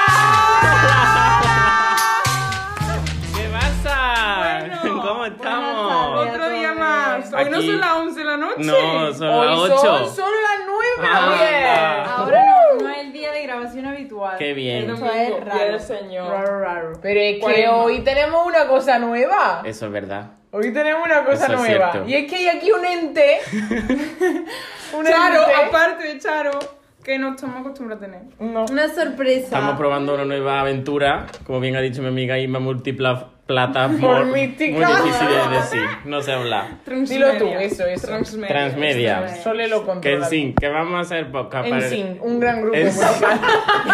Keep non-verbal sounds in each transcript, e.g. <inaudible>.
<laughs> No, solo a Hoy 8. son solo las nueve, Ah. Gabriel. Ahora no, no es el día de grabación habitual. Qué bien. Eso es Domingo, Día raro. del Señor. Raro, raro. Pero es que Cuaresma. hoy tenemos una cosa nueva. Eso es verdad. Hoy tenemos una cosa Eso es nueva. cierto. Y es que hay aquí un <laughs> ente. un Charo, ente. aparte de Charo, que no estamos acostumbrados a tener. No. Una sorpresa. Estamos probando una nueva aventura. Como bien ha dicho mi amiga Inma, múltipla plata. mítica. Muy difícil de decir. No se habla. Transmedia. Dilo tú, eso, eso. Transmedia. Transmedia. Sole lo Que en controla. sin, que vamos a hacer podcast. En para- sin, un gran grupo. <laughs> En musical.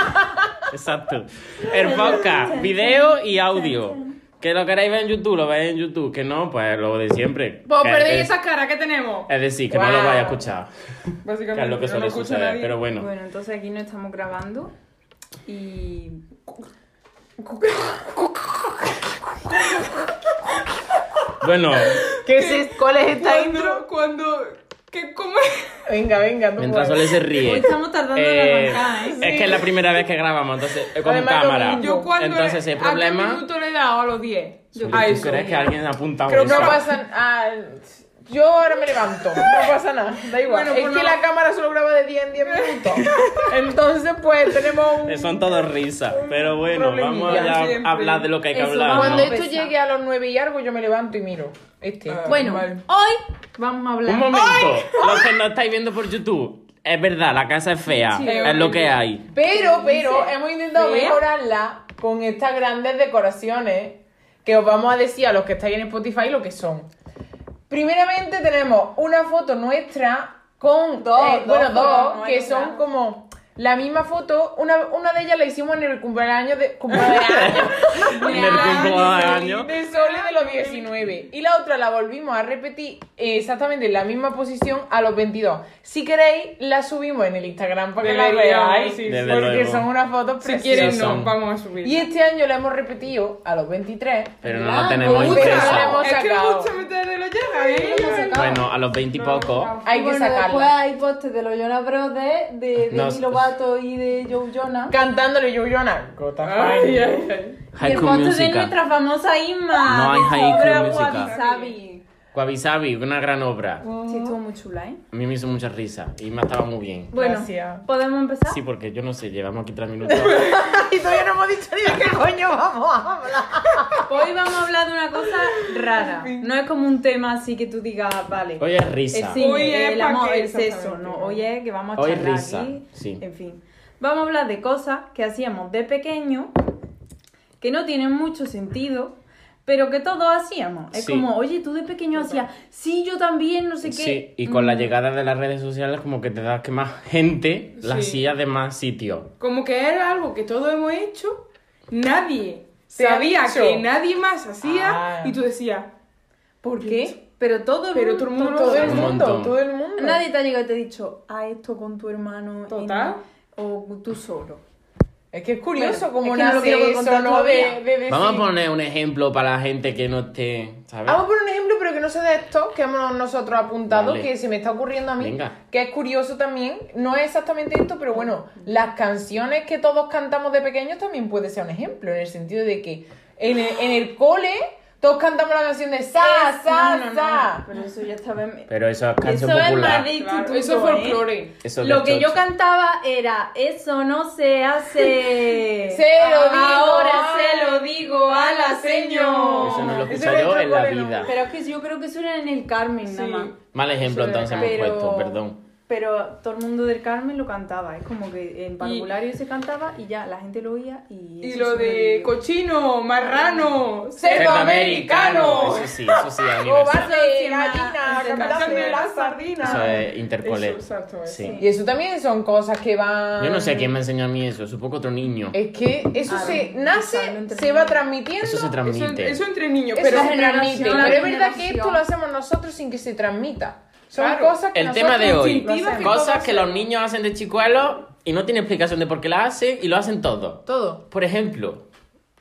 <laughs> Exacto. El podcast, video y audio. Que lo queráis ver en YouTube, lo veis en YouTube. Que no, pues lo de siempre. Vos Pues, Que perdéis es, esa cara que tenemos. es decir, que no lo Wow. vais a escuchar. Que Básicamente, es lo que no lo suele escucha suceder. nadie. Pero bueno. Bueno, entonces aquí no estamos grabando. Y. Bueno, ¿Qué es esto? ¿Cuál es esta intro? Cuando, cuando, que como... Venga, venga, tú. mientras puedes. Sole se ríe. Hoy estamos tardando eh, en arrancar, ¿eh? Es que es la primera vez que grabamos, entonces, eh, con Además, cámara. domingo. Yo cuando... Entonces, el ¿A qué problema. minuto le he dado? A los 10. Sole, a ¿Tú eso. crees que alguien ha apuntado Creo que eso? no pasa ah, Yo ahora me levanto, no pasa nada, da igual. Bueno, es pues que no. la cámara solo graba de 10 en 10 <laughs> minutos. Entonces, pues tenemos un. Eh, Son todos risas. Pero bueno, vamos problemilla, ya siempre. a hablar de lo que hay que Eso, hablar. vamos. ¿no? Cuando esto Pesa. llegue a los 9 y algo, yo me levanto y miro. Este. Ah. Bueno, Vale. hoy vamos a hablar. Un momento, los que no estáis viendo por YouTube, es verdad, la casa es fea, Sí, es lo que hay. Pero, pero, hemos intentado ¿Ve? mejorarla con estas grandes decoraciones que os vamos a decir a los que estáis en Spotify lo que son. Primeramente tenemos una foto nuestra con Dos, eh, dos bueno, fotos dos, que nuestras. son como la misma foto. Una, una de ellas la hicimos en el cumpleaños de, <laughs> cumpleaños En el cumpleaños. de Sole de los 19. Y la otra la volvimos a repetir eh, exactamente en la misma posición a los 22. Si queréis, la subimos en el Instagram para que la Deberíamos, veáis. sí, Desde Porque luego. son unas fotos Si preciosas. quieren, no. son. Vamos a subir. Y este año la hemos repetido a los 23. Pero no Claro, la tenemos mucho, no la impresa. hemos es que sacado. mucho me de lo Sí, lo hemos llega, ¿eh? sacado. Bueno, a los 20 y poco. Hay Y que bueno, Después sacarla. hay postes de los Jonas Brothers, de, de Nos- Demi Lovato y de Joe Jonas. Cantándole yo, Joana. <laughs> Ay, ay, ay. y High el School poste de Musical. nuestra famosa Inma. No hay de High su obra School Musical. Wabi-sabi. Wabi Sabi, una gran obra. Sí, estuvo muy chula, ¿eh? A mí me hizo mucha risa y me estaba muy bien. Bueno, Gracias. ¿podemos empezar? Sí, porque yo no sé, llevamos aquí tres <laughs> minutos. Y todavía no hemos dicho ni de qué coño vamos a hablar. Hoy vamos a hablar de una cosa rara. No es como un tema así que tú digas, "Ah, vale. Hoy es el risa. cine, Hoy es el pa' amor, qué, el sexo, exactamente. no. Hoy es que vamos a Hoy es charlar risa, aquí. sí. En fin. Vamos a hablar de cosas que hacíamos de pequeño que no tienen mucho sentido. Pero que todos hacíamos. Es Sí. como, oye, tú de pequeño hacías, sí, yo también, no sé Sí, qué. y con la Mm. llegada de las redes sociales como que te das que más gente la Sí. hacía de más sitios. Como que era algo que todos hemos hecho, nadie Se ha sabía hecho. que nadie más hacía Ah. y tú decías, ¿Por qué? Pero todo el Pero mundo, todo el mundo Todo el Un mundo, montón. todo el mundo. Nadie te ha llegado y te ha dicho, a esto con tu hermano. y Total. no- o tú solo. Es que es curioso Bueno, cómo es que no lo nace quiero eso, contar ¿no? De, todavía. de decir- Vamos a poner un ejemplo para la gente que no esté, ¿sabes? Ah, Vamos a poner un ejemplo, pero que no sea de esto que hemos nosotros apuntado, Vale. que se me está ocurriendo a mí, Venga. que es curioso también. No es exactamente esto, pero bueno, las canciones que todos cantamos de pequeños también puede ser un ejemplo, en el sentido de que en el, en el cole todos cantamos la canción de Sa, Sa, No, no, no, Sa. Pero eso ya estaba en... Pero eso es Eso canción es más popular. de Claro, instituto, eso es ¿eh? folclore. Eso es de Lo que yo chocho. cantaba era, eso no se <laughs> hace. Ah, Se lo digo Ahora a- se lo digo a la señor. Eso no lo Eso escucho era yo otro en la cole, ¿no? vida. Pero es que yo creo que eso era en el Carmen nada Sí. más. Mal ejemplo Eso era entonces hemos Pero, puesto, perdón. pero todo el mundo del Carmen lo cantaba. Es como que en parvulario se cantaba y ya la gente lo oía y. Y eso lo de sobrevivió. cochino, marrano, Cerdo cerdo americano. americano. Eso sí, eso sí, es O vas universal. de Sí, más- gallina, de capitán de Cásame la la sardina. Eso sardina. es intercole. Eso, exacto, eso. Sí. Y eso también son cosas que van... Yo no sé quién me enseñó a mí eso, supongo otro niño. Es que eso Ah, se no, no nace, entendí. se va transmitiendo. Eso se Eso, transmite. eso entre niños, Eso pero se transmite. generación, Pero es la verdad que generación. esto lo hacemos nosotros sin que se transmita. Son Claro. cosas que El tema de hoy, instintivas que todos cosas que hacemos. los niños hacen de chicuelos y no tiene explicación de por qué las hacen y lo hacen todo. Todo. Por ejemplo,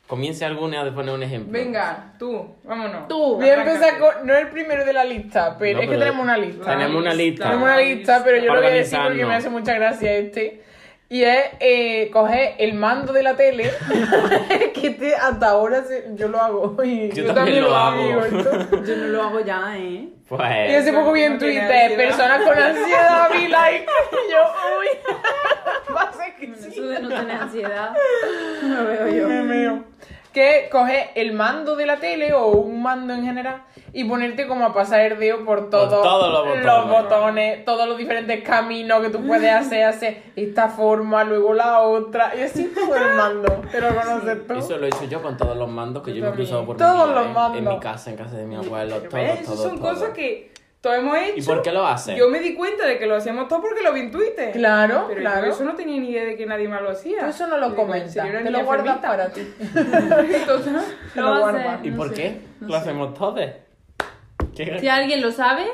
comience alguna de poner un ejemplo. venga, tú, vámonos. Tú. Voy a empezar Arráncate. con. No es el primero de la lista, pero No, es que pero- tenemos una lista. Tenemos una lista. Tenemos una lista, pero yo lo voy a decir Organizarnos. porque me hace mucha gracia este. Y es eh, coger el mando de la tele, <laughs> que este hasta ahora se- yo lo hago. <laughs> Y Yo también lo hago. <laughs> entonces. Yo no lo hago ya, ¿eh? Y hace Pues. poco vi en No tiene Twitter ansiedad. personas con ansiedad, <laughs> vi like, y yo, uy, <laughs> va a ser que sí. Eso de no tener <laughs> ansiedad. No lo veo yo. Que coger el mando de la tele o un mando en general y ponerte como a pasar el dedo por todos, todos los botones. botones, todos los diferentes caminos que tú puedes hacer, hacer esta forma, luego la otra, y así todo el mando, te lo conoces tú. Eso lo he hecho yo con todos los mandos que yo, Yo nunca he usado por mi también. vida, Todos los en- En mandos. mi casa, en casa de mi abuelo, todo, ¿Ves? Esas todo, son todo. cosas que todos hemos hecho. ¿Y por qué lo haces? Yo me di cuenta de que lo hacíamos todos porque lo vi en Twitter. Claro, Pero claro. yo eso no tenía ni idea de que nadie más lo hacía. Tú eso no lo Digo, comentas, sería una te lo niña guardas enfermita. para ti. <laughs> Entonces, ¿no? Lo Lo guardo. hace, ¿Y no por sé, qué? no lo sé. hacemos todos. ¿Qué- Si alguien lo sabe,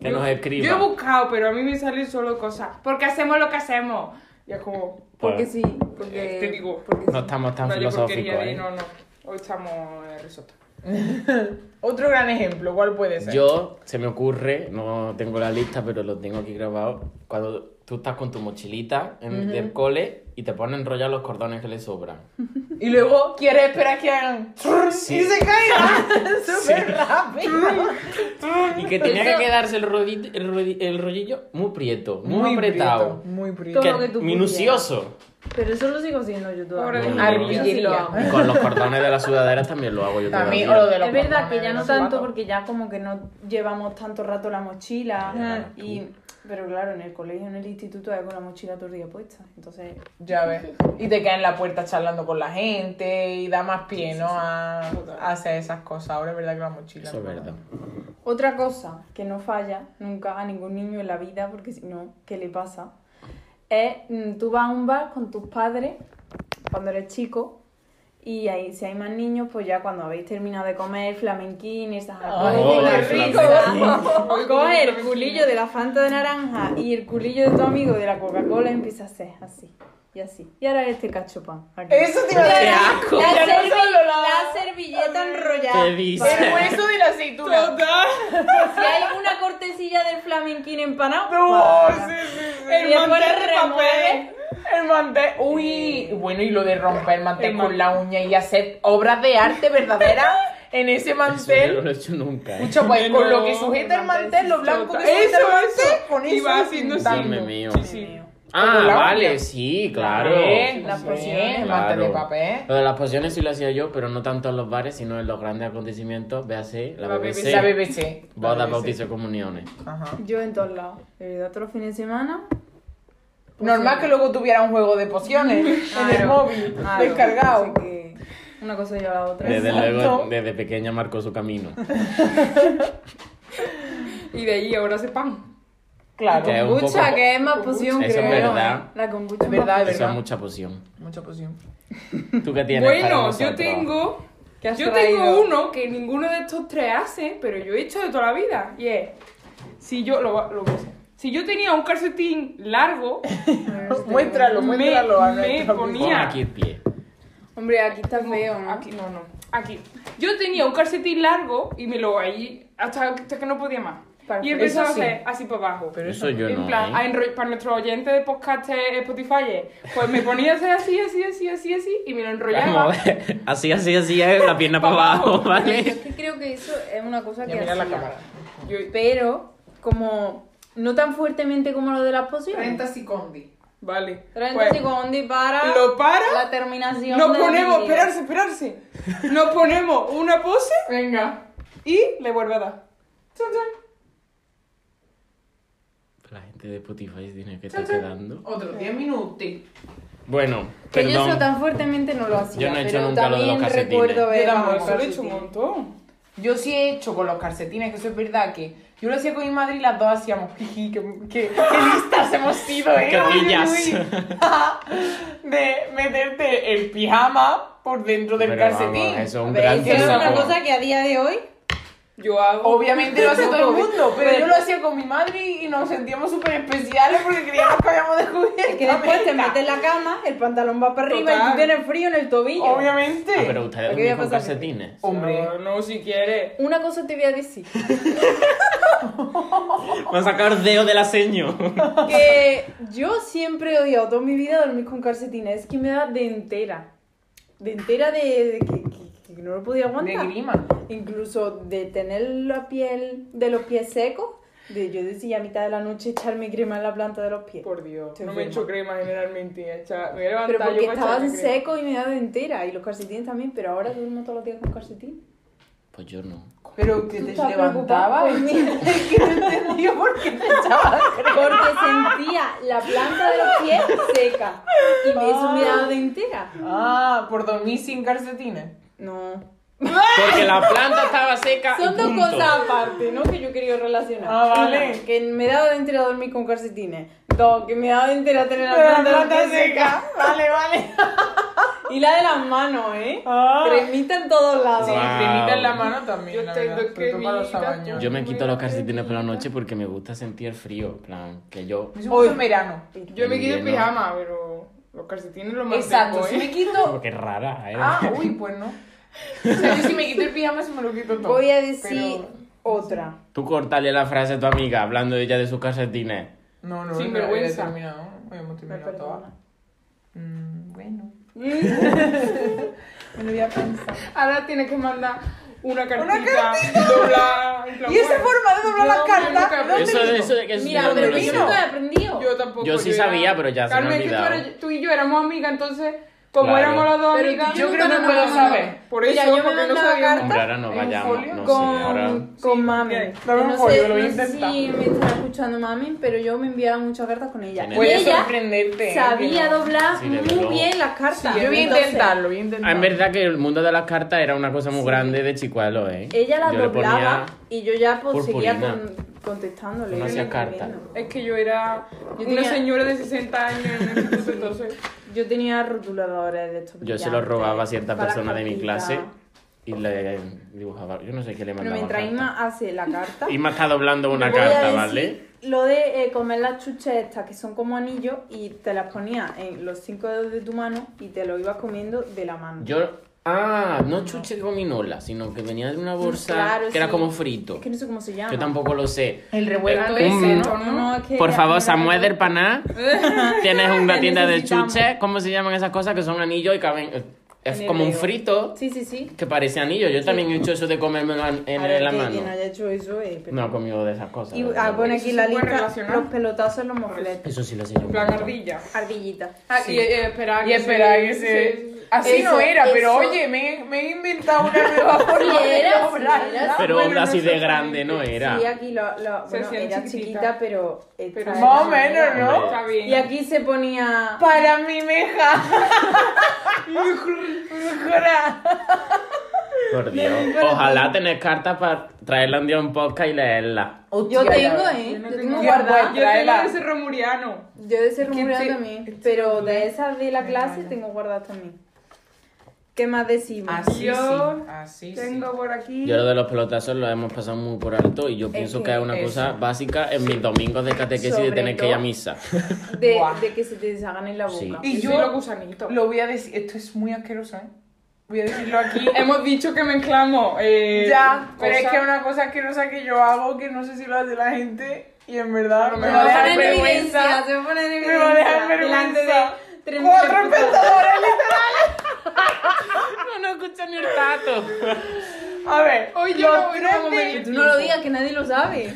Que nos escriba. Yo he buscado, pero a mí me salen solo cosas. Porque hacemos lo que hacemos. Y es como. porque Pues, sí. Porque, Eh, te digo, porque No sí. estamos tan vaya porquería filosóficos, de- ¿eh? No, no. Hoy estamos eh, risotto. Otro gran ejemplo, ¿cuál puede ser? Yo, se me ocurre, no tengo la lista, pero lo tengo aquí grabado. Cuando tú estás con tu mochilita en, del cole y te pones a enrollar los cordones que le sobran. Y luego quieres esperar que hagan Sí. y se caiga <laughs> súper rápido. Y que tenía Eso- que quedarse el, rodito- el, rodi- el rollillo muy prieto, muy, apretado. prieto, muy prieto. Todo lo que tú pudieras. minucioso. Pero eso lo sigo haciendo yo Pobre todavía. de mí. Eso sí lo hago. Arpillería. Y con los cordones de las sudaderas también lo hago yo También, o todavía. lo de los Es verdad botones que ya de no los tanto zapatos. porque ya como que no llevamos tanto rato la mochila Ajá. y pero claro, en el colegio, en el instituto es con la mochila todo el día puesta. Entonces, Ya ves. Y te quedas en la puerta charlando con la gente y da más pie, ¿no? A, a hacer esas cosas. Ahora es verdad que la mochila. Eso es verdad. otra cosa que no falla nunca a ningún niño en la vida, porque si no, ¿qué le pasa? Es mm, tú vas a un bar con tus padres cuando eres chico y ahí si hay más niños, pues ya cuando habéis terminado de comer flamenquín, esas Ay, cosas, qué rico. cosas, coges el culillo de la Fanta de naranja y el culillo de tu amigo de la Coca-Cola y empieza a hacer así. Y así. Y ahora este cachopán. aquí. Eso te iba a ¡Qué decir. asco! La, Ya no servi- solo la- la servilleta enrollada. ¿Qué dices? Vale. El hueso de la aceituna. <laughs> Si hay una cortesilla del flamenquín empanado. No, para. sí, sí, sí. Y El después mantel de remueve. papel. El mantel. Uy, bueno, y lo de romper el mantel El con la uña y hacer obras de arte verdaderas en ese Eso yo no mantel. lo he hecho nunca. ¿eh? Mucho, pues, Yo con no. lo que sujeta el mantel, lo blanco que Eso, sujeta el eso. mantel, con Y eso. va haciendo así. pintando. Dame mío. Sí, sí. Ah, Con la vale, uña. sí, claro. Bien, Las bien, pociones. el Claro. mantel de papel. Lo de las pociones sí lo hacía yo, pero no tanto en los bares, sino en los grandes acontecimientos. Véase, la La BBC. Sí. La BBC. Bodas, bautizos, comuniones. Ajá. Yo en todos lados. De verdad, todos los fines de semana. Pues Normal que luego tuviera un juego de pociones <laughs> en el Claro. móvil, Ah, descargado. así que una cosa lleva a la otra. Desde Exacto. luego, desde pequeña marcó su camino. Y de ahí ahora se pan. Claro. Que es un Kombucha, poco- que es más poción, Eso es creo. verdad. La kombucha Es verdad, más es Eso es mucha poción. Mucha poción. ¿Tú qué tienes para Bueno, yo nosotros? tengo. ¿Qué has Yo traído? tengo uno que ninguno de estos tres hace, pero yo he hecho de toda la vida. Y es. Si yo. Lo, lo voy a hacer. Si yo tenía un calcetín largo, <coughs> Este, Muéstralo, Me- muéstralo a me nuestra ponía- Pon mía. aquí el pie. Hombre, aquí está feo, ¿no? Aquí, no, no. Aquí. Yo tenía un calcetín largo y me lo ahí hasta, hasta que no podía más. Perfecto. Y empezó a Eso sí. hacer así para abajo. Pero Eso yo en no. plan, ¿eh? a enro- para nuestros oyentes de podcast eh, Spotify, pues me ponía a hacer así, así, así, así, así, y me <laughs> lo Vamos a enrollaba. ver. Así, así, así, eh, la pierna para abajo, Es ¿vale? que creo que eso es una cosa que. Ya mira la hacía. cámara. Yo- Pero, como. No tan fuertemente como lo de las pociones. 30 sicondi. vale. 30 Pues, segundos para. Lo para. La terminación. Nos del ponemos, vídeo. esperarse, esperarse. Nos ponemos una pose Venga. y le vuelve a dar. Chan, chan. La gente de Spotify tiene que estar quedando. Otros 10 minutos. Bueno, Que yo perdón. eso tan fuertemente no lo hacía. Yo no he hecho pero nunca lo de los también calcetines. recuerdo ver. Yo también, vamos, eso lo he hecho un calcetines. montón. Yo sí he hecho con los calcetines, que eso es verdad que yo lo hacía con mi madre y las dos hacíamos <laughs> jiji, que, que, que listas hemos sido, ¿eh? Qué Uy, uy, pillas. uy. <laughs> De meterte el pijama por dentro del Pero calcetín. vamos, eso es un A ver, gran eso es una trabajo. cosa que a día de hoy. Yo hago. Obviamente lo hace todo el mundo, pero yo lo hacía con mi madre y nos sentíamos súper especiales porque creíamos que habíamos descubierto. Es que después te América. metes en la cama, el pantalón va para arriba y Total. tú tienes frío en el tobillo. Obviamente. Ah, pero ustedes Aquí voy a dormís con pasar. calcetines. Hombre. <laughs> No, no, si quieres. Una cosa te voy a decir. Me han sacado el dedo del aceño. Que yo siempre he odiado toda mi vida dormir con calcetines. Es que me da de entera. De entera de, de que, que- que no lo podía De aguantar. grima. Incluso de tener la piel de los pies secos. De yo decía a mitad de la noche echarme crema en la planta de los pies. Por Dios, Estoy no me he enferma. hecho crema generalmente. he hecho- Me voy a levantar Pero porque yo para estaban echarme crema. secos y me da de entera. Y los calcetines también. Pero ahora duermo todos los días con calcetines. Pues yo no. Pero que ¿Tú te estás preocupada levantaba. por mí? Es <laughs> que no entendía por qué te echaba Porque sentía la planta de los pies seca. Y me hizo mirada de entera. Ah, por dormir sin calcetines. No. Porque la planta estaba seca. y Son dos punto. cosas aparte, ¿no? Que yo quería relacionar. Ah, vale. Una, que me daba de entera dormir con calcetines. Dos, que me daba de entera tener la Pero planta, la planta del pie seca. Vale, vale. Y la de las manos, ¿eh? Ah. Cremita en todos lados. Sí, Wow. cremita en la mano también. Yo la tengo verdad. Pero tú para los cremita. años. Yo me quito los calcetines por la noche porque me gusta sentir el frío. en plan, que yo. Me Hoy en verano. Yo me quito el Bien, ¿no? pijama, pero los calcetines los mantengo, Exacto, si ¿eh? me quito. Porque rara, ¿eh? Ah, uy, pues <laughs> no. O sea, yo si me quito el pijama, se me lo quito todo. Voy a decir Pero- otra. Tú cortale la frase a tu amiga hablando ella de sus calcetines. No, no, Sin no, ya vergüenza. terminado. Hoy hemos Me terminado todas. perdona. Mm, bueno. Me lo voy a pensar. Ahora tienes que mandar una cartita, doblar. en plan, ¿Y esa bueno. forma de doblar Yo las cartas? nunca- No Eso, te eso, eso Mira, yo no pero lo yo sé. termino. nunca he aprendido. Yo tampoco. Yo sí era- sabía, pero ya se me Carmen, ha es que olvidado. tú, eras- tú y yo éramos amigas, entonces, como Claro. éramos las dos Pero amigas, tú Yo nunca creo que nos puedo puedo mandabas. saber. Por eso, Mira, yo me porque no mandaba sabíamos. Hombre, ahora no ¿En vayamos. folio? No sé, ahora. con, con mami. bien. Que Dame un No folio, sé, lo voy a no sé intentar. si me está escuchando mami, pero yo me enviaba muchas cartas con ella. Tiene- Y Puede ella sorprenderte. ¿eh? sabía doblar Sí, desde muy luego. bien las cartas. Yo voy a Entonces, intentarlo, voy a Ah, en intentarlo. verdad que el mundo de las cartas era una cosa muy grande de Chicuelo, ¿eh? Ella las Yo le ponía- doblaba y yo ya pues, seguía purpurina. con- contestándole. No y hacía escribiendo. Es que yo era una tenía- señora de 60 años <laughs> en el instituto, entonces. Yo tenía rotuladores de estos Yo se los brillantes robaba a ciertas para las personas de mi cartitas. clase y le dibujaba. Yo no sé qué le Pero mandaba. mientras cartas. Inma hace <laughs> la carta, Inma está doblando una voy a carta, decir ¿vale? Lo de eh, comer las chuches estas que son como anillos y te las ponías en los cinco dedos de tu mano y te lo ibas comiendo de la mano. Yo. Ah, no chuche gominola, sino que venía de una bolsa Mm, Claro, que era sí. como frito. Es que no sé cómo se llama. Yo tampoco lo sé. El revuelto Eh, ese, un- ¿no? No, no, es que Por ya- favor, mira, Samuel del <laughs> Paná, tienes una Te tienda de necesitamos. chuches. ¿Cómo se llaman esas cosas que son anillos y caben? eh, Es En el como un dedo. frito Sí, sí, sí. que parece anillo. Yo también he hecho eso de comérmelo en, en A ver, la que mano. quien haya hecho eso eh, pero- No he comido de esas cosas. Y desde ah, luego. pone Eso aquí se la puede lista relacionar. los pelotazos en los mofletes. Eso sí lo sé yo. En plan ardilla. Ardillita. Ah, y eh, esperar Y espera que sí, se... sí, sí. Así Eso- no era, pero eso- oye, me, me he inventado una nueva forma Sí, de era, sí, doblar. era, ¿no? sí. Pero Bueno, no así sé de si- grande no era. Sí, aquí lo, lo- Se bueno, hacían era chiquitita. chiquita, pero... Pero esta más o era menos, mayor. ¿no? Está bien. Y aquí se ponía... Para mi meja. <laughs> Mejora. Por Dios. Ojalá tener cartas para traerla un día a un podcast y leerla. Yo tengo, ¿eh? Yo no Yo tengo tengo guardada. guardada. Yo tengo Tráela. ese romuriano. Yo de ser rumoreada te- también, pero de esas de la clase tengo guardadas también. ¿Qué más decimos? Ah, Así Yo sí, así Tengo por aquí. Yo lo de los pelotazos lo hemos pasado muy por alto y yo pienso que, que es una eso. cosa básica en mis domingos de catequesis Sobre de tener que ir a todo. misa. De, Buah. de que se te deshagan en la boca. Sí. Y Y yo- yo los gusanitos. sí. Lo voy a decir, esto es muy asqueroso, ¿eh? Voy a decirlo aquí. <laughs> Hemos dicho que mezclamos. Eh, ya, pero es cosas. que es una cosa asquerosa que yo hago que no sé si lo hace la gente y en verdad me Pero va a se dejar pone en vergüenza. se pone en Me va a dejar delante de vergüenza. 30 Cuatro putas. espectadores. No, no escucha ni el tato. A ver, Hoy yo los no- tres no vamos a de- medir. Tú no lo digas, que nadie lo sabe.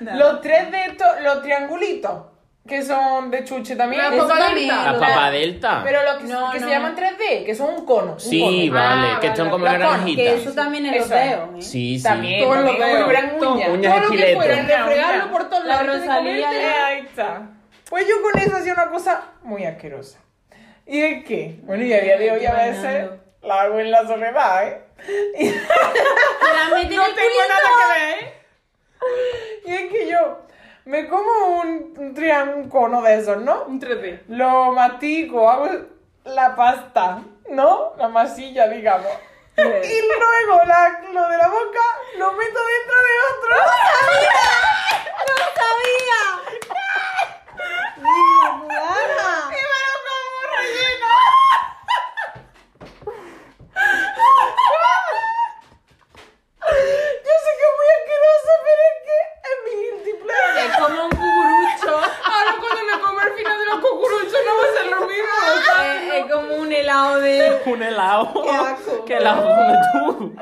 Los tres de estos, los triangulitos, que son de chuche también. Una Eso papa también. delta. La papa delta. Pero los que, No, que se no. llaman 3D, que son un cono. un Sí, cono. vale, Ah, que vale, están como la con- Que naranjitas. eso también es los Eso es. dedos, ¿eh? Sí, sí. También, Todos los también, dedos. gran Todo, uña. uñas Todo lo que esqueleto. fuera, Una refregarlo uña. por todos La lados. antes de Rosalía comértelo. ya- Ahí está. Pues yo con eso hacía una cosa muy asquerosa. Y es que, bueno, y a día de hoy a veces Bailando. la hago en la soledad, ¿eh? ¡Te la meten No en tengo el culito! nada que ver. Y es que yo me como un, un triángulo, un cono de esos, ¿no? Un 3D. Lo mastico, hago la pasta, ¿no? La masilla, digamos. Y luego la, lo de la boca lo meto dentro de otro. <laughs> ¡No sabía! ¡Nada! Y me lo como relleno. Yo sé que es muy asqueroso, <laughs> un helado. Qué asco. ¿Qué helado comes tú?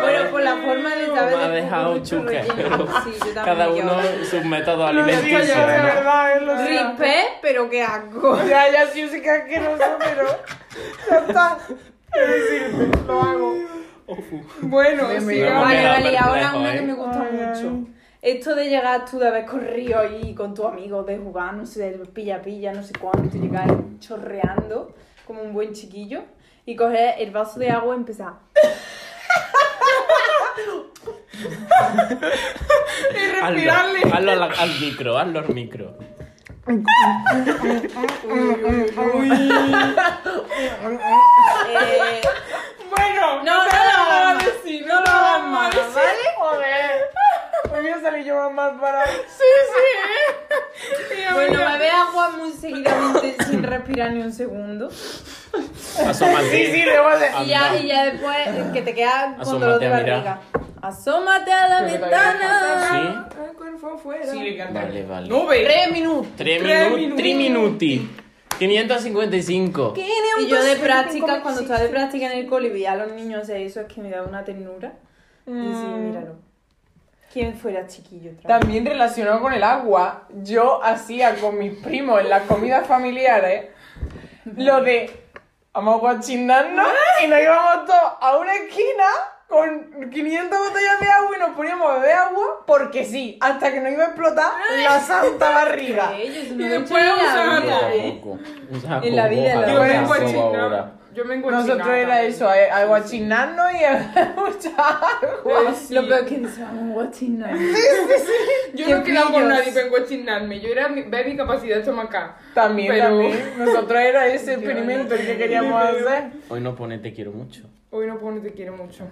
Bueno, por la forma de saber. Me ha del dejado cucurucho chuca. relleno. Sí, yo también. Cada qué uno horror. sus métodos Lo digo yo, alimenticios. de ¿no? verdad, eh, lo digo. Ripé, pero qué asco. Ya, ya, sí, yo sé que es asqueroso, pero. Ya está. Es decir, lo hago. Bueno, Dios sí, mío. ahora- Vale, queda vale, y ahora perplejo, una ¿eh? que me gusta Ay, ay. mucho. Esto de llegar tú de haber corrido ahí con tu amigo, de jugar, no sé, de pilla pilla, no sé cuánto, y llegar ahí chorreando como un buen chiquillo y coger el vaso de agua y empezar. Y Hazlo, respirarle. hazlo al, al micro, hazlo al micro. Eh, <laughs> Bueno, No, no sé lo lo que hagas, voy a decir, no lo hagas más, ¿vale? Joder. Me voy a salir yo más para. Sí, sí, ¿eh? bueno, bebé agua muy seguidamente <laughs> sin respirar ni un segundo. eh. Asómate. Sí, sí, le voy a hacer. Ah, Y ya, Anda. y ya después eh, que te quedas con dolor Asómate de a mirar. barriga. Asómate a la Pero ventana. Sí. El cuerpo afuera. Sí, le encanta. Vale, vale. No, ve. Tres minutos. Tres Tres minuti. Tres minuti. 555. Y yo de práctica, cuando estaba de práctica en el cole y veía a los niños hacer eso, es que me daba una ternura. Y sí, Mm. míralo. ¿Quién fuera chiquillo? otra vez? También relacionado con el agua, yo hacía con mis primos en las comidas familiares ¿eh? lo de vamos guachindarnos y nos íbamos todos a una esquina con 500 botellas de agua y nos poníamos a beber agua porque sí, hasta que nos iba a explotar la <laughs> santa barriga. Ellos Y no después usaban Un la- saco, un saco, En la vida, en Ahora, ojalá la Yo me un saco encuentro ahora. Yo me encuentro Nosotros era eso, eh, a guachindarnos y <laughs> a beber mucha agua. Lo peor que no se van a watching <laughs> no. Yo Qué no quedaba con brillos. nadie para encochinarme. Yo era mi, ve mi capacidad estomacal. También, Pero- también. Nosotros era <laughs> ese experimento el que queríamos hacer. Hoy no pone te quiero mucho. Hoy no pone te quiero mucho.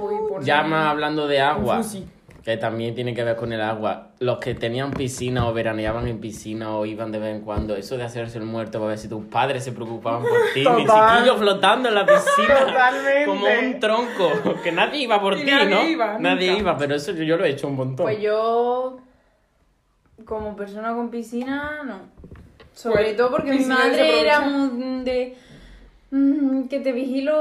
Hoy pone- Llama hablando de agua. Sushi. Que también tiene que ver con el agua. Los que tenían piscina o veraneaban en piscina o iban de vez en cuando, eso de hacerse el muerto para ver si tus padres se preocupaban por ti. Mi Total. chiquillo flotando en la piscina. Totalmente. Como un tronco. Que nadie iba por Y ti, nadie ¿no? iba, nadie nunca. iba, pero eso yo, yo lo he hecho un montón. Pues yo, como persona con piscina, no. Sobre Pues, todo porque mi piscina madre desaprovecha. era un de mm, que te vigilo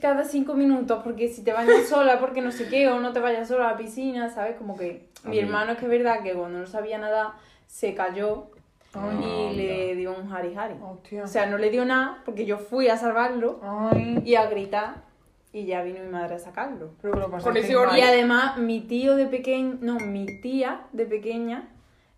cada cinco minutos porque si te bañas sola, porque no sé qué, o no te vayas sola a la piscina, ¿sabes? Como que mi Amigo. hermano es que es verdad que cuando no sabía nada se cayó Ah, Anda. y le dio un hari hari. Hostia. O sea, no le dio nada porque yo fui a salvarlo Ay. y a gritar y ya vino mi madre a sacarlo. Creo que lo pasaste Con ese mal. Ay. Y además, mi tío de pequeño, no, mi tía de pequeña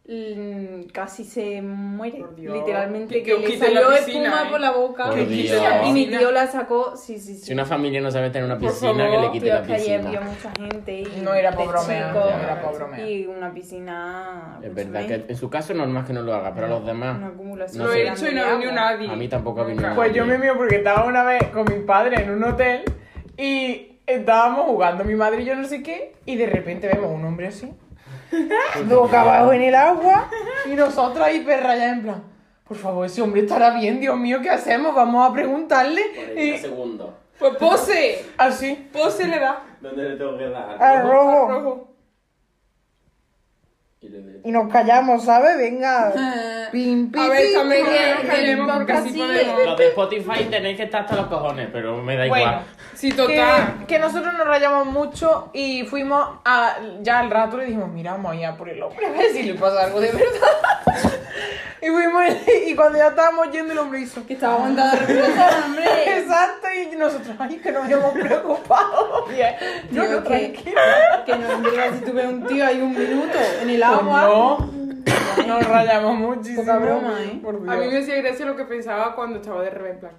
mm, casi se muere, Por Dios. literalmente Que- que, que le quite la salió piscina, espuma ¿eh? por la boca Por Dios. y mi tío la sacó, sí, sí, sí. Si una familia no sabe tener una Por piscina, que favor, le quite Tío, la es que ayer vio piscina. mucha gente y No era de pa' bromear, chicos, no era pa' bromear. y una piscina pues, Es verdad que en su caso no es más que no lo haga, pero a los demás. Ah, una acumulación No Lo sé. he hecho y no ha grande de venido agua. nadie. A mí tampoco ha venido Nunca. nadie. Pues yo me mío porque estaba una vez con mi padre en un hotel y estábamos jugando mi madre y yo no sé qué y de repente vemos a un hombre así, boca abajo en el agua y nosotros ahí perra ya en plan, por favor, ese hombre estará bien, Dios mío, ¿qué hacemos? Vamos a preguntarle y segundo. Pues pose. así, Pose le da. ¿Dónde le tengo que al rojo Rojo. y nos callamos, ¿sabes? <laughs> Venga, pim, pim, A ver, pim, también pim. que callemos porque así así. podemos. Los de Spotify tenéis que estar hasta los cojones, pero me da Bueno. igual. Sí, que, total. que nosotros nos rayamos mucho y fuimos a, ya al rato le dijimos, mira, vamos a ir a por el hombre, <laughs> a ver si le pasa algo de verdad. <laughs> y fuimos y cuando ya estábamos yendo el hombre hizo. que estaba aguantando respiración <laughs> hombre Exacto, y nosotros, ay, que nos habíamos preocupado. <laughs> Bien, no, Tío, no, que- tranquila. que no en verdad, si tú ves un tío ahí un minuto en el Pues agua no, nos rayamos muchísimo. Poca broma, ¿eh? Por Dios. A mí me hacía gracia lo que pensaba cuando estaba de revés en plan.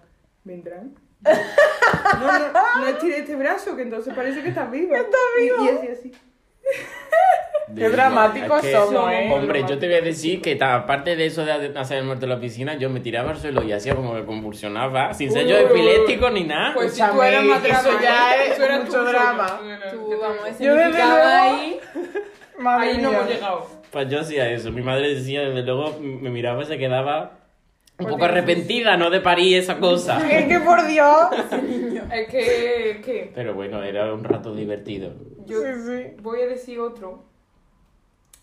¿Vendrán? No, no, no estiré este brazo, que entonces parece que estás viva. Está viva. Y, y así, así. Qué dramáticos Es que- somos, ¿eh? Hombre, yo te voy a decir que ta- aparte de eso de hacer el muerto en la piscina, yo me tiraba al suelo y hacía como que convulsionaba, sin ser yo Uy. epiléptico ni nada. Pues si Escúchame, tú eras más eso dramático, ya es tú eras mucho tú, drama. yo- yo- Tú, yo- vamos, ese Yo desde significado luego- ahí. Madre Ahí no hemos mía. llegado. Pues yo hacía eso. Mi madre decía, desde luego me miraba y se quedaba Pues un poco arrepentida, ¿no? De parir esa cosa. Es que por Dios. <laughs> Es que, que Pero bueno, era un rato divertido. yo Sí, sí. voy a decir otro.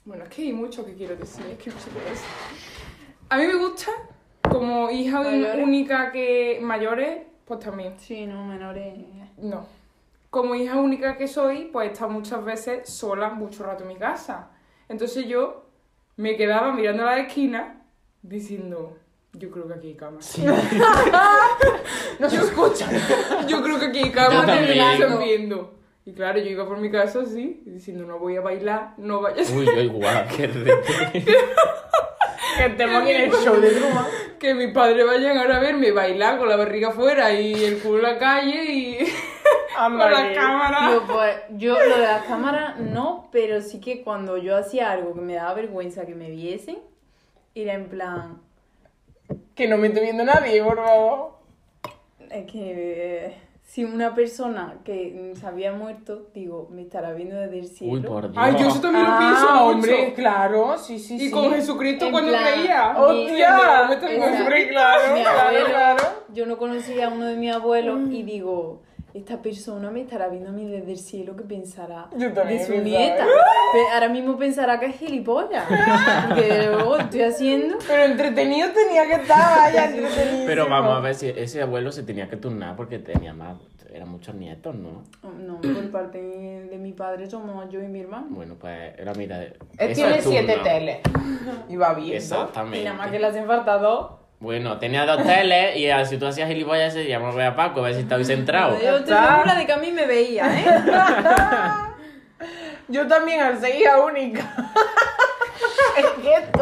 Bueno, es que hay mucho que quiero decir, es que no sé qué es. A mí me gusta, como hija Mayores. única que mayores, pues también. Sí, <laughs> no, menores. No. Como hija única que soy, pues he estado muchas veces sola mucho rato en mi casa. Entonces yo me quedaba mirando a la esquina diciendo, yo creo que aquí hay cama. <laughs> Sí. No se escucha. Yo creo que aquí hay cama. Yo también. y me están viendo. Y claro, yo iba por mi casa así, diciendo, no voy a bailar, no vaya a ser Uy, yo igual, qué rete. Que estemos en el show de Truman. que mis padres vayan ahora a verme bailar con la barriga afuera y el culo en la calle y <laughs> con la cámara. Yo, pues, yo lo de las cámaras no, pero sí que cuando yo hacía algo que me daba vergüenza que me viesen, era en plan, Que no me esté viendo nadie, por favor. es que eh, si una persona que mm, se había muerto, digo, me estará viendo desde el cielo. Uy, por Dios. Ay, yo eso también lo pienso, Ah, mucho. hombre, claro, sí, sí, Y sí. con Jesucristo En cuando plan, creía. mi- ¡Hostia! Me tengo Exacto. hombre, claro. Mi claro, abuelo, claro. Yo no conocía a uno de mis abuelos Mm. y digo, esta persona me estará viendo a mí desde el cielo que pensará Yo también de su pensaba. nieta. Pe- Ahora mismo pensará que es gilipollas. <laughs> Porque luego estoy haciendo. Pero entretenido tenía que estar, <laughs> vaya, entretenido. Pero vamos a ver si ese abuelo se tenía que turnar porque tenía más. Eran muchos nietos, ¿no? No, Mm. por parte de mi padre somos yo y mi hermano. Bueno, pues era mitad de. Él eso tiene es turno. siete teles. Y va bien. Y Exactamente. nada más que le hacen falta dos. Bueno, tenía dos teles y ah, si tú hacías gilipollas, ese llamó a Paco a ver si estaba centrado. Yo te segura de que a mí me veía, <laughs> ¿eh? Yo también al ser hija única. <laughs> es que esto.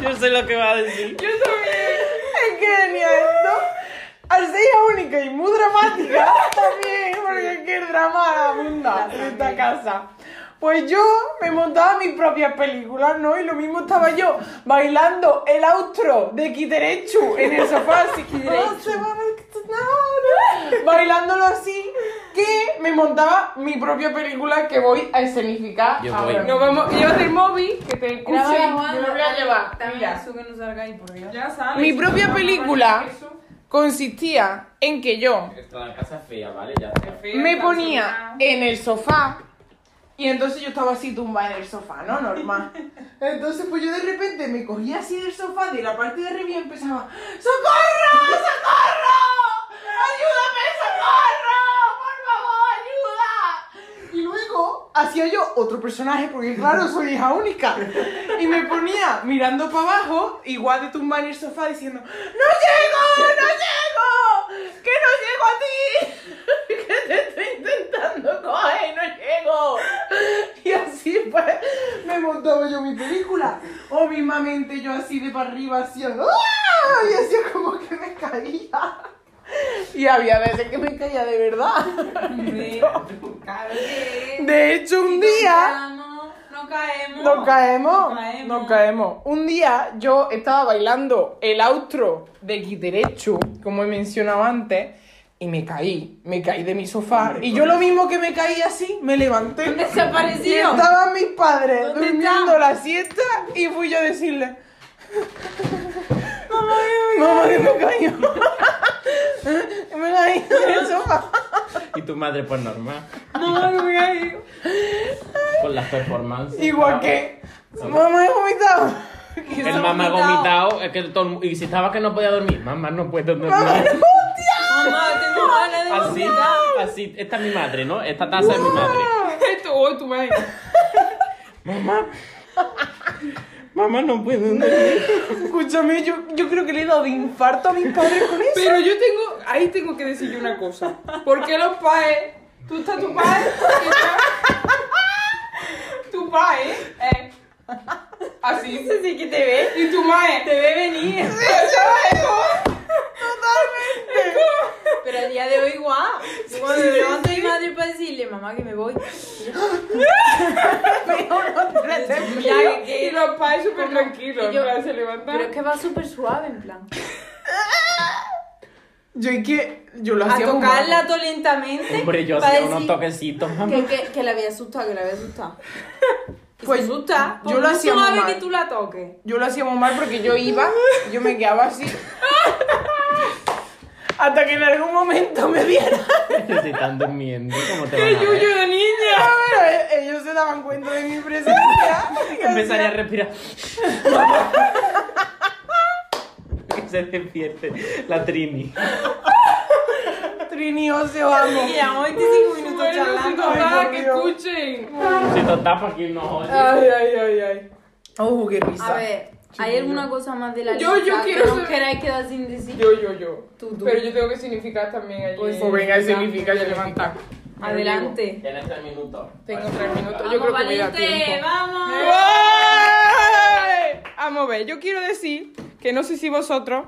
Yo sé lo que va a decir. Yo también. Es que tenía esto. Al ser hija única y muy dramática también, porque es que el drama abunda en esta casa. Pues yo me montaba mis propias películas, ¿no? Y lo mismo estaba yo bailando el outro de Kiterechu en el sofá, así "Oh, se va a ver que- no, no", Bailándolo así, que me montaba mi propia película que voy a escenificar. Yo ahora voy. No vamos, llévate el móvil, que te escuche. Graba la Yo Juana, lo voy a llevar. También Mira. eso que no salga ahí, por Dios. Ya sabes. Mi propia película consistía en que yo Está la casa fea, ¿vale? Ya me ponía en el sofá y entonces yo estaba así tumbada en el sofá, ¿no? <laughs> Normal. Entonces pues yo de repente me cogía así del sofá de la parte de arriba y empezaba ¡Socorro! ¡Socorro! ¡Ayúdame! ¡Socorro! ¡Por favor, ayuda! Y luego hacía yo otro personaje porque claro, soy hija única. Y me ponía mirando para abajo, igual de tumbada en el sofá diciendo ¡No llego! ¡No llego! ¡Que no llego a ti! <laughs> que te estoy intentando coger y no llego. Y así pues me montaba yo mi película. O mismamente yo así de para arriba, así, ¡ah! y así como que me caía. Y había veces que me caía de verdad. Hombre, cabrón. De hecho, un día No caemos, no caemos. nos caemos, nos No caemos. Un día yo estaba bailando el outro de Guiterechu, como he mencionado antes, y me caí, me caí de mi sofá. Y yo lo mismo que me caí así, me levanté. Y Desaparecido. estaban mis padres ¿Dónde durmiendo la siesta y fui yo a decirle. Mamá, que me caí. Que <laughs> me caí en el sofá. Y tu madre, pues normal. No, no me caí. Con las performances. Igual que. Mamá, he vomitado. Que El mamá vomitado, es que todo el mu- y si estaba que no podía dormir, mamá no puede dormir. <laughs> Mamá, tengo ganas de Así, así, esta es mi madre, ¿no? Esta taza es mi madre. <laughs> Esto, oh, tu madre. Mamá no puede dormir. Escúchame, yo, yo creo que le he dado de infarto a mis padres con eso. Pero yo tengo, ahí tengo que decir yo una cosa. ¿Por qué los padres? Tú estás tu padre. y está- Tu padre. eh, así. Así que te ve. Y tu madre. Te ve <laughs> venir. Pero a día de hoy, guau. Yo Cuando me levanto a mi madre para decirle, mamá, que me voy. Ya, y los padres súper tranquilos. Y yo- en plan, se levantan. Pero es que va súper suave, en plan. Yo es que. Yo lo A hacía muy mal. tocarla todo lentamente. Hombre, yo para hacía unos decir toquecitos, mamá. Que, que, que la había asustado, que la había asustado. Y Pues, se asusta. yo lo hacía muy vez mal. que tú la toques. Yo lo hacía muy mal porque yo iba, yo me quedaba así. Hasta que en algún momento me vieron. <laughs> Se están durmiendo, ¿cómo te ¡Qué van a ver? yuyo de niña! Pero ellos se daban cuenta de mi presencia. Empezaría a respirar. que se despierte la Trini. Trini, os amo. Y llevamos 25 minutos Bueno, charlando. chicos, nada, Ay, que Dios. escuchen. Si te tapa aquí no oye. Ay, ay, ay, ay. Oh, qué risa. A ver, ¿hay alguna cosa más de la Yo- lista yo quiero que no saber- queráis quedar sin decir? Yo, yo, yo. Tú, tú. Pero yo tengo que significar también allí. Pues- Pues venga, significa ya levantar. Adelante. Tienes tres minutos. Tengo tres minutos. Yo Vamos, creo que me da valiente, tiempo. vamos. ¡Ay! Vamos a ver, yo quiero decir que no sé si vosotros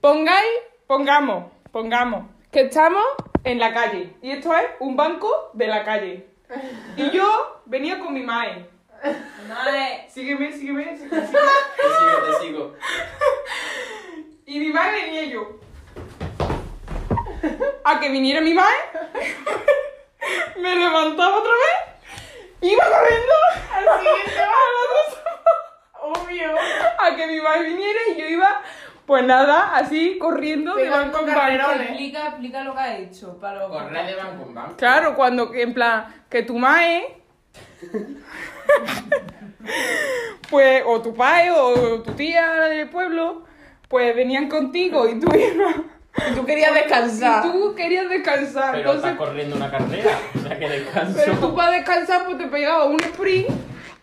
pongáis, pongamos, pongamos, que estamos en la calle y esto es un banco de la calle. Y yo venía con mi mae. Vale. Sígueme, sígueme. sígueme. Te sigo, te sigo. Y mi mae venía yo. A que viniera mi mae, me levantaba otra vez, iba corriendo <laughs> al siguiente al otro Obvio. A que mi mae viniera y yo iba, pues nada, así corriendo de banco en banco. Explica, explica lo que ha hecho. Para los Correr de banco en banco. Claro, cuando, en plan, que tu mae. pues, o tu padre, o tu tía la del pueblo, pues venían contigo <laughs> y tú ibas. Y tú querías descansar. Y tú querías descansar, Pero entonces, estás corriendo una carrera. O sea que descanso. pero tú para descansar pues te pegabas un sprint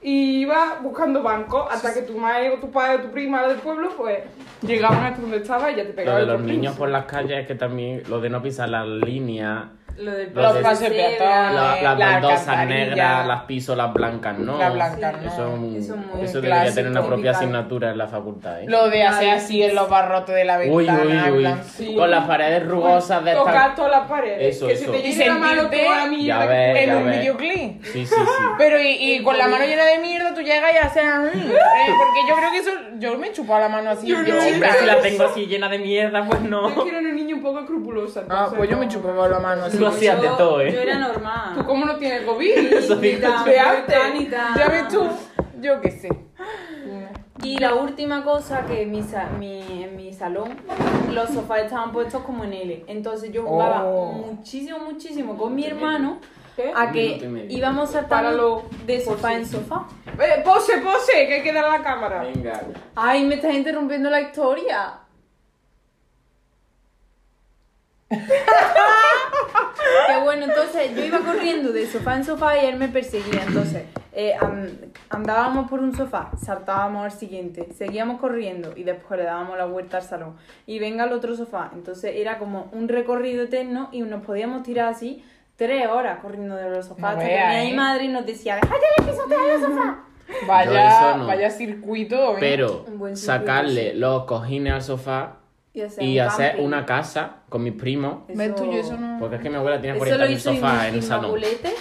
y ibas buscando banco hasta que tu madre o tu padre o tu prima la del pueblo pues llegaban hasta donde estaba y ya te Lo pegaban de otro los niños sprint. por las calles es que también lo de no pisar las líneas, Lo del Los de pasos cebra. peatones. la- las la baldosas alcantarilla. negras, las pisos, las blancas, no. La blanca, no. Eso, es un- Eso es muy eso debería tener una clásico, propia típico. asignatura en la facultad. ¿eh? Lo de hacer así en los barrotes de la Uy, ventana. uy, en uy. plan, sí. Con las paredes rugosas de Tocar estas. todas las paredes, Eso, que eso. se te Y llene la mano sentirte- toda la mierda Ya que ves, En ya un ves. videoclip. Sí, sí, sí. Pero y, y con la mano llena de mierda tú llegas y haces así. Eh, porque yo creo que eso. Yo me he chupado la mano así. Yo de no, Sí, chica. pero <laughs> si la tengo así llena de mierda, pues <laughs> Yo no. quiero una niña un poco escrupulosa. Ah, entonces, pues yo no. me chupaba la mano así. Lo hacías de Yo- todo, ¿eh? Yo era ¿Tú normal. cómo no tienes COVID? Eso Ni digo tan, yo. ni De antes. tan, ni tan. Ya ves tú. Yo qué sé. Y la última cosa que mi sa- mi- en mi salón los sofás estaban puestos como en L. Entonces yo jugaba Oh. muchísimo, muchísimo con mi Minuto y hermano ¿Qué? a Minuto y que medio. íbamos saltando Páralo, de sofá en sofá. Eh, pose, pose, que hay que dar a la cámara. Venga. Ay, me estás interrumpiendo la historia. Que bueno, entonces yo iba corriendo de sofá en sofá y él me perseguía. Entonces eh, am- andábamos por un sofá, saltábamos al siguiente, seguíamos corriendo y después le dábamos la vuelta al salón. Y venga al otro sofá. Entonces era como un recorrido eterno y nos podíamos tirar así tres horas corriendo de los sofás. No hasta vea, que venía ¿eh? mi madre y nos decía: ¡Déjate de pisotear los sofás! Vaya, eso no. vaya circuito. ¿eh? Pero Un buen sitio, sacarle los cojines al sofá Y hacer, y un hacer camping. una casa con mis primos. ¿Ves tú? Yo eso no. Porque es que mi abuela tiene Eso lo 40.000 hizo sofás en el Inés salón. Inmaculete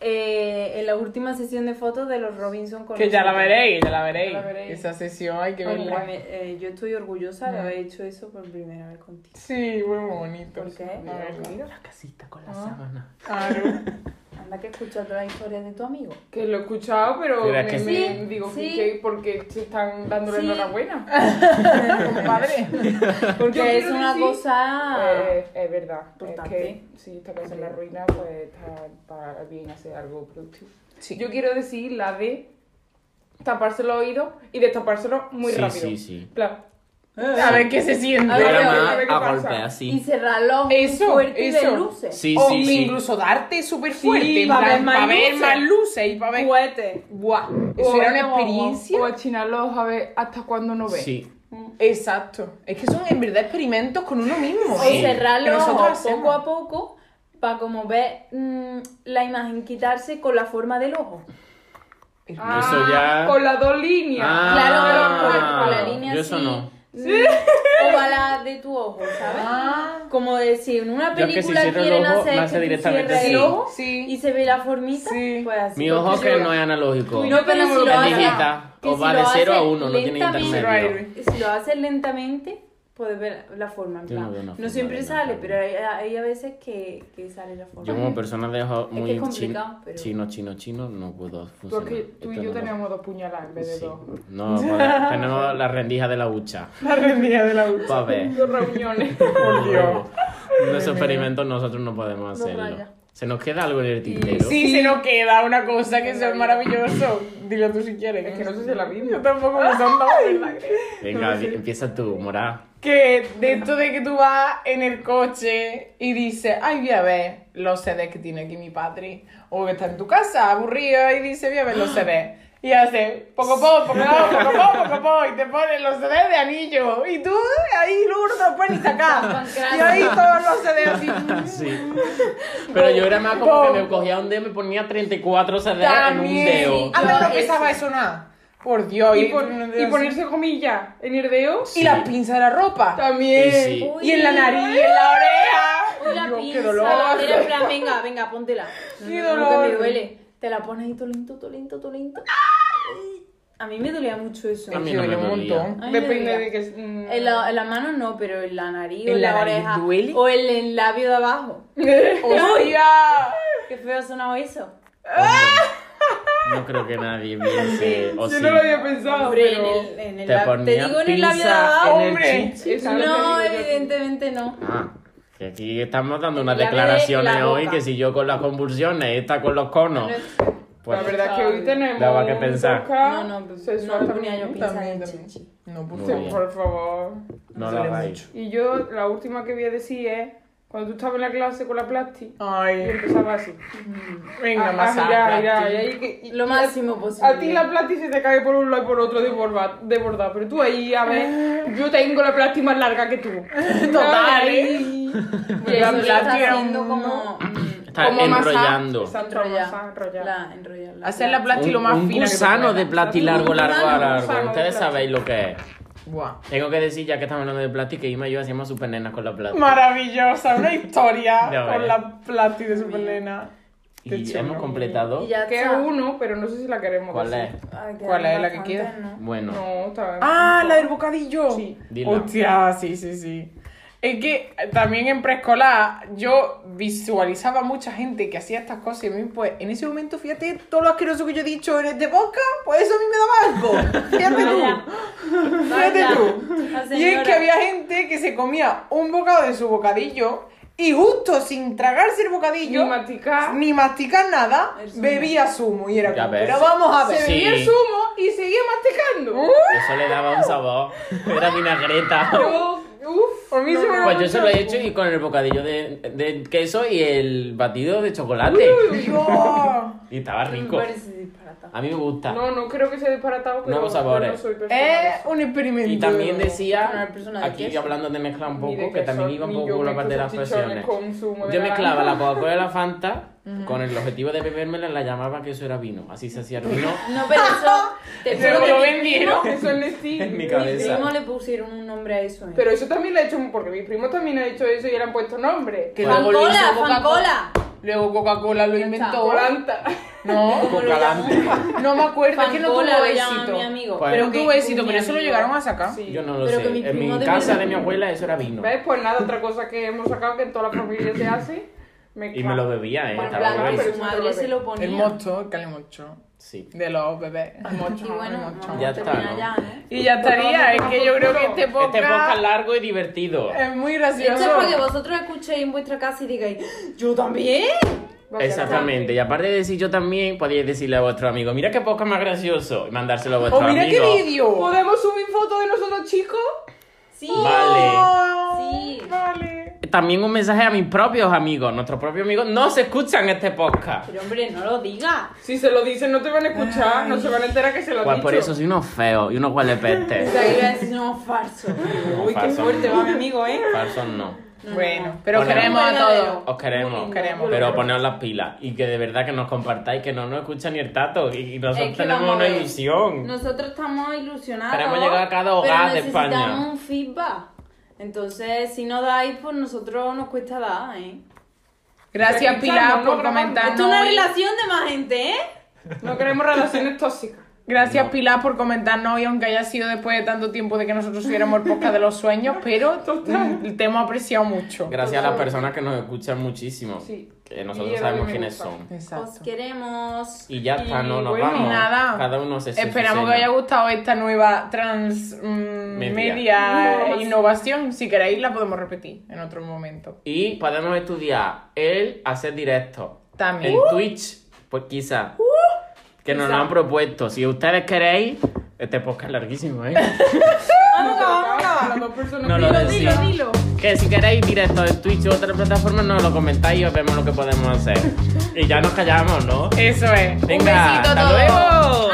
eh, en la última sesión de fotos de los Robinson con Que ya la nosotros. veréis, ya la veréis. Ya la veréis. Esa sesión hay que Porque verla. me- eh, yo estoy orgullosa de haber hecho eso por primera vez contigo. Sí, muy bonito. ¿Por qué? A ver, mira. La casita con Ah. la sábana. Claro. Anda que escuchas todas las historias de tu amigo. Que lo he escuchado, pero Mira, me, que sí. me digo Sí. que porque se están dándole Sí. <laughs> enhorabuena. Compadre. Yo Porque es quiero una decir- cosa... Eh, es verdad, es Importante. que si esta cosa en la ruina, pues está para bien hacer algo productivo. Sí. Yo quiero decir la de taparse los oídos y destapárselo muy sí, rápido. sí, sí. Plan, A ver qué se siente. A ver, Pero a ver, más a ver qué a pasa. golpe y así. cerrar los ojos Eso, fuerte y de eso. luces. Sí, o sí, sí. incluso darte súper fuerte Sí, en pa' plan, ver más pa' ver luces. más luces y para ver. Fuerte. Buah, eso era una o- experiencia. O achinar los ojos a ver hasta cuándo no ve. Sí. Exacto. Es que son en verdad experimentos con uno mismo. O Sí. ¿eh? cerrar Que los nosotros ojos hacemos. poco a poco para como ver mm, la imagen quitarse con la forma del ojo. Eso ya- Con las dos líneas. Ah, Ah, Claro, con la línea yo así. eso no. mm, Ovalada de tu ojo, ¿sabes? Ah. Como de si en una Yo es que si película cierro el quieren ojo, hacer nace que tú directamente cierres el así. ojo Sí. y se ve la formita, Sí. pues así. Mi ojo que no es analógico. No, pero si lo es haces- digital. que O si va lo de 0 a haces 1, no tiene lentamente- intermedio. Si lo haces lentamente, puedes ver la forma. en Yo no plan. veo una No, forma siempre de sale, nada. pero hay, hay a veces que, que sale la forma. Yo como persona de ojo que muy es complicado, chin- pero- chino, chino, chino, no puedo funcionar. Porque tú y Esto yo no lo- tenemos dos puñaladas en vez de Sí. dos. <laughs> No, pues, <laughs> tenemos la rendija de la hucha. La rendida de la Pa' ver. <laughs> Dos reuniones. Por Dios. Los experimentos nosotros no podemos No hacerlo. raya. Se nos queda algo en el tintero. Sí, se nos queda una cosa que es maravilloso. Dilo tú si quieres. Es que no sé si la vi. Yo tampoco me son dado Venga, di- empieza tú, morá. Que de esto de que tú vas en el coche y dices, ay, voy a ver los CDs que tiene aquí mi padre. O que está en tu casa, aburrido, y dice, voy a ver los CDs. Y hace poco poco, poco poco, poco poco, poco poco, y te ponen los CDs de anillo. Y tú ahí luego no te lo puedes ni <laughs> sacar. y ahí todos los CDs así. Ah, Sí. Pero yo era más como que me cogía un dedo y me ponía 34 CDs en un dedo. Antes no pesaba eso nada. Por Dios. Y, pon- y ponerse comillas en el dedo. Y la pinza de la ropa. Sí, También. sí. Y en la nariz, y en la oreja. Uy, la Dios, pinza. qué dolor. Era en plan, venga, venga, póntela. No, Qué no, no, dolor. que me duele. Te la pones ahí tolento, tolento, tolento. A mí me dolía mucho eso. A mí Sí, no me duele un dolía. montón. Ay, Depende mira. de que. mm, En la, en la mano no, pero en la nariz o ¿En en la, la nariz oreja. duele? O en el labio de abajo. ¡Hostia! Qué feo ha sonado eso. Hombre, No creo que nadie piense. O Yo Oh, sí. no lo había pensado, Hombre, pero. en el, en el Te lab- ponía Te digo en el labio de pinza abajo. en el Hombre. chin- Eso es lo que No, digo yo. evidentemente no. Ah, que aquí estamos dando unas La bebé y la declaraciones hoy boca. que si yo con las convulsiones, esta con los conos. Pues, la verdad que hoy tenemos. Daba que pensar. podcast No, no, sexual no lo ponía también. yo También, Pensaba en también. chichi. No, por Muy Sí, favor. bien. por favor. no me lo duele hagáis. Y yo, la última que voy a decir es. Cuando tú estabas en la clase con la plasti. Y Ay, empezaba así. venga, Ah, más ah, mira, mira, aplastic. y ahí que- y- Lo y máximo a- posible. A ti la plasti se te cae por un lado y por otro de borda, de bordado, pero tú ahí, a ver, yo tengo la plasti más larga que tú. <laughs> <laughs> Total, ¿eh? Ay. Y eso lo está plástica, haciendo no. como... Está Como amasar, enrollando. exacto, amasar, Enrollar. enrollar. La, enrollar. la- Hacer la plasti Un, lo más un fina que se gusano de pueda. plástico largo, largo, gusano, un largo. gusano de Ustedes plástico. sabéis lo que es. Buah. Tengo que decir, ya que estamos hablando de plástico, que Ima y yo hacíamos super nenas con la plástica. Maravillosa, una historia <laughs> Ya con ves. la plasti de Superlena. Qué Y chulo. hemos completado. Y ya Que es está. uno, pero no sé si la queremos ¿Cuál es? decir. Ay, quedan ¿Cuál es la que bastantes, queda? ¿no? Bueno, No, está bien. Ah, la del bocadillo. Sí. Dila. Hostia, sí, sí, sí. Es que eh, también en preescolar yo visualizaba mucha gente que hacía estas cosas y a mí, pues, en ese momento, fíjate todo lo asqueroso que yo he dicho en este podcast, pues eso a mí me <laughs> daba algo. Fíjate tú. Fíjate Vaya, tú. la Y es que señora. había gente que se comía un bocado de su bocadillo y justo sin tragarse el bocadillo, Ni masticar. ni masticar nada, El zumo. bebía zumo. Y era Ya como, ves. pero vamos a ver. Se Sí. bebía el zumo y seguía masticando. eso le daba un sabor. Era vinagreta. <laughs> Yo, uf, a mí se me Pues yo se lo he hecho y con el bocadillo de, de queso y el batido de chocolate. Dios. Y estaba Me rico. parece disparatado. A mí me gusta. No, no creo que sea disparatado, pero Nuevos sabores. yo no soy persona. Es un experimento. Y también Con decía, el personal aquí queso. hablando de mezcla un Ni de poco, que también queso, iba un ni poco yo con la me parte de las puse presiones. chichones con zumo de Yo mezclaba la naranja. Coca-Cola y la Fanta con el objetivo de bebérmela, la llamaba que eso era vino. Así se hacía el vino. No, pero <laughs> eso... Te Pero juro que lo mi vendieron. Eso es Nestlé. En mi primo- cabeza. Mi primo le pusieron un nombre a eso. ¿eh? Pero eso también lo ha hecho, porque mis primos también han hecho eso y le han puesto nombre. Que luego lo ¡Fancola! hizo Coca-Cola. ¡Fancola! Luego Coca-Cola lo inventó. Volanta. No, Con calante. no me acuerdo. Es que no tuvo ¡Fancola! Le llama mi éxito. amigo. Pues- Pero que- tuvo éxito, mi pero eso lo amigo. llegaron a sacar. Sí. Ah, Yo no lo Pero sé. que mi En mi primo de casa verdad- de mi abuela eso era vino. ¿Ves? Pues nada, otra cosa que hemos sacado que en toda la familia se hace. mezcla. Y me lo bebía, ¿eh? Bueno, en Estaba plan, bueno. que su madre se lo ponía. El mocho, el calimocho. Sí. De los bebés. El mocho, el Y bueno, mocho. vamos Ya a está, terminar ¿no? ya, ¿eh? ¿no? Y ya estaría. Es que yo creo que este Este podcast podcast largo y divertido. es muy Esto es gracioso. para que vosotros escuchéis en vuestra casa y digáis, yo también. Va a ser Exactamente. Y aparte de decir yo también, podéis decirle a vuestro amigo, mira qué podcast más gracioso. Y mandárselo a O vuestro mira qué amigo. así. vídeo. ¿Podemos subir fotos de nosotros, chicos? Sí. Vale. Sí. Vale. También un mensaje a mis propios amigos. Nuestros propios amigos no se escuchan este podcast. Pero hombre, no lo digas. Si se lo dicen, no te van a escuchar, no se van a enterar que se lo han Pues dicho. por eso soy unos feos y unos O <laughs> huelepestes. sea, iba a decir, no, falso. No, Uy, qué falso fuerte no. va mi amigo, ¿eh? Falsos no. No, no, Bueno, no. pero Bueno. queremos a todos. Os queremos. Os queremos. Pero poneos las pilas y que de verdad que nos compartáis, que no nos escucha ni el tato. Y y nosotros Es que tenemos vamos a una ver. ilusión. Nosotros estamos ilusionados. Queremos llegar a cada hogar pero de España. necesitamos un feedback. Entonces, si no dais, pues nosotros nos cuesta dar, ¿eh? Gracias, Escuchamos, Pilar, no por grabamos. comentarnos. Esto es una hoy. relación de más gente, ¿eh? No queremos relaciones tóxicas. Gracias Pilar por comentarnos y aunque haya sido después de tanto tiempo de que nosotros subiéramos el podcast de los sueños, pero mm, te hemos apreciado mucho. Gracias a las personas que nos escuchan muchísimo. Sí. Que Y nosotros a sabemos darle me quiénes gusta. son. Os queremos. Y ya está, Ah, no nos bueno, vamos. nada. Cada uno se se- se Esperamos que os cena. haya gustado esta nueva trans mm, Media. media Innovación. innovación. Si queréis la podemos repetir en otro momento. Y podemos estudiar el hacer directo. También. En Twitch, pues quizá. que nos lo han propuesto. Si ustedes queréis, este podcast es larguísimo, ¿eh? Las dos personas No que- lo decís. Dilo, dilo. Que si queréis directo de Twitch u otra plataforma, nos lo comentáis y os vemos lo que podemos hacer. Y ya nos callamos, ¿no? Eso es. Venga, Un besito a hasta todos. luego.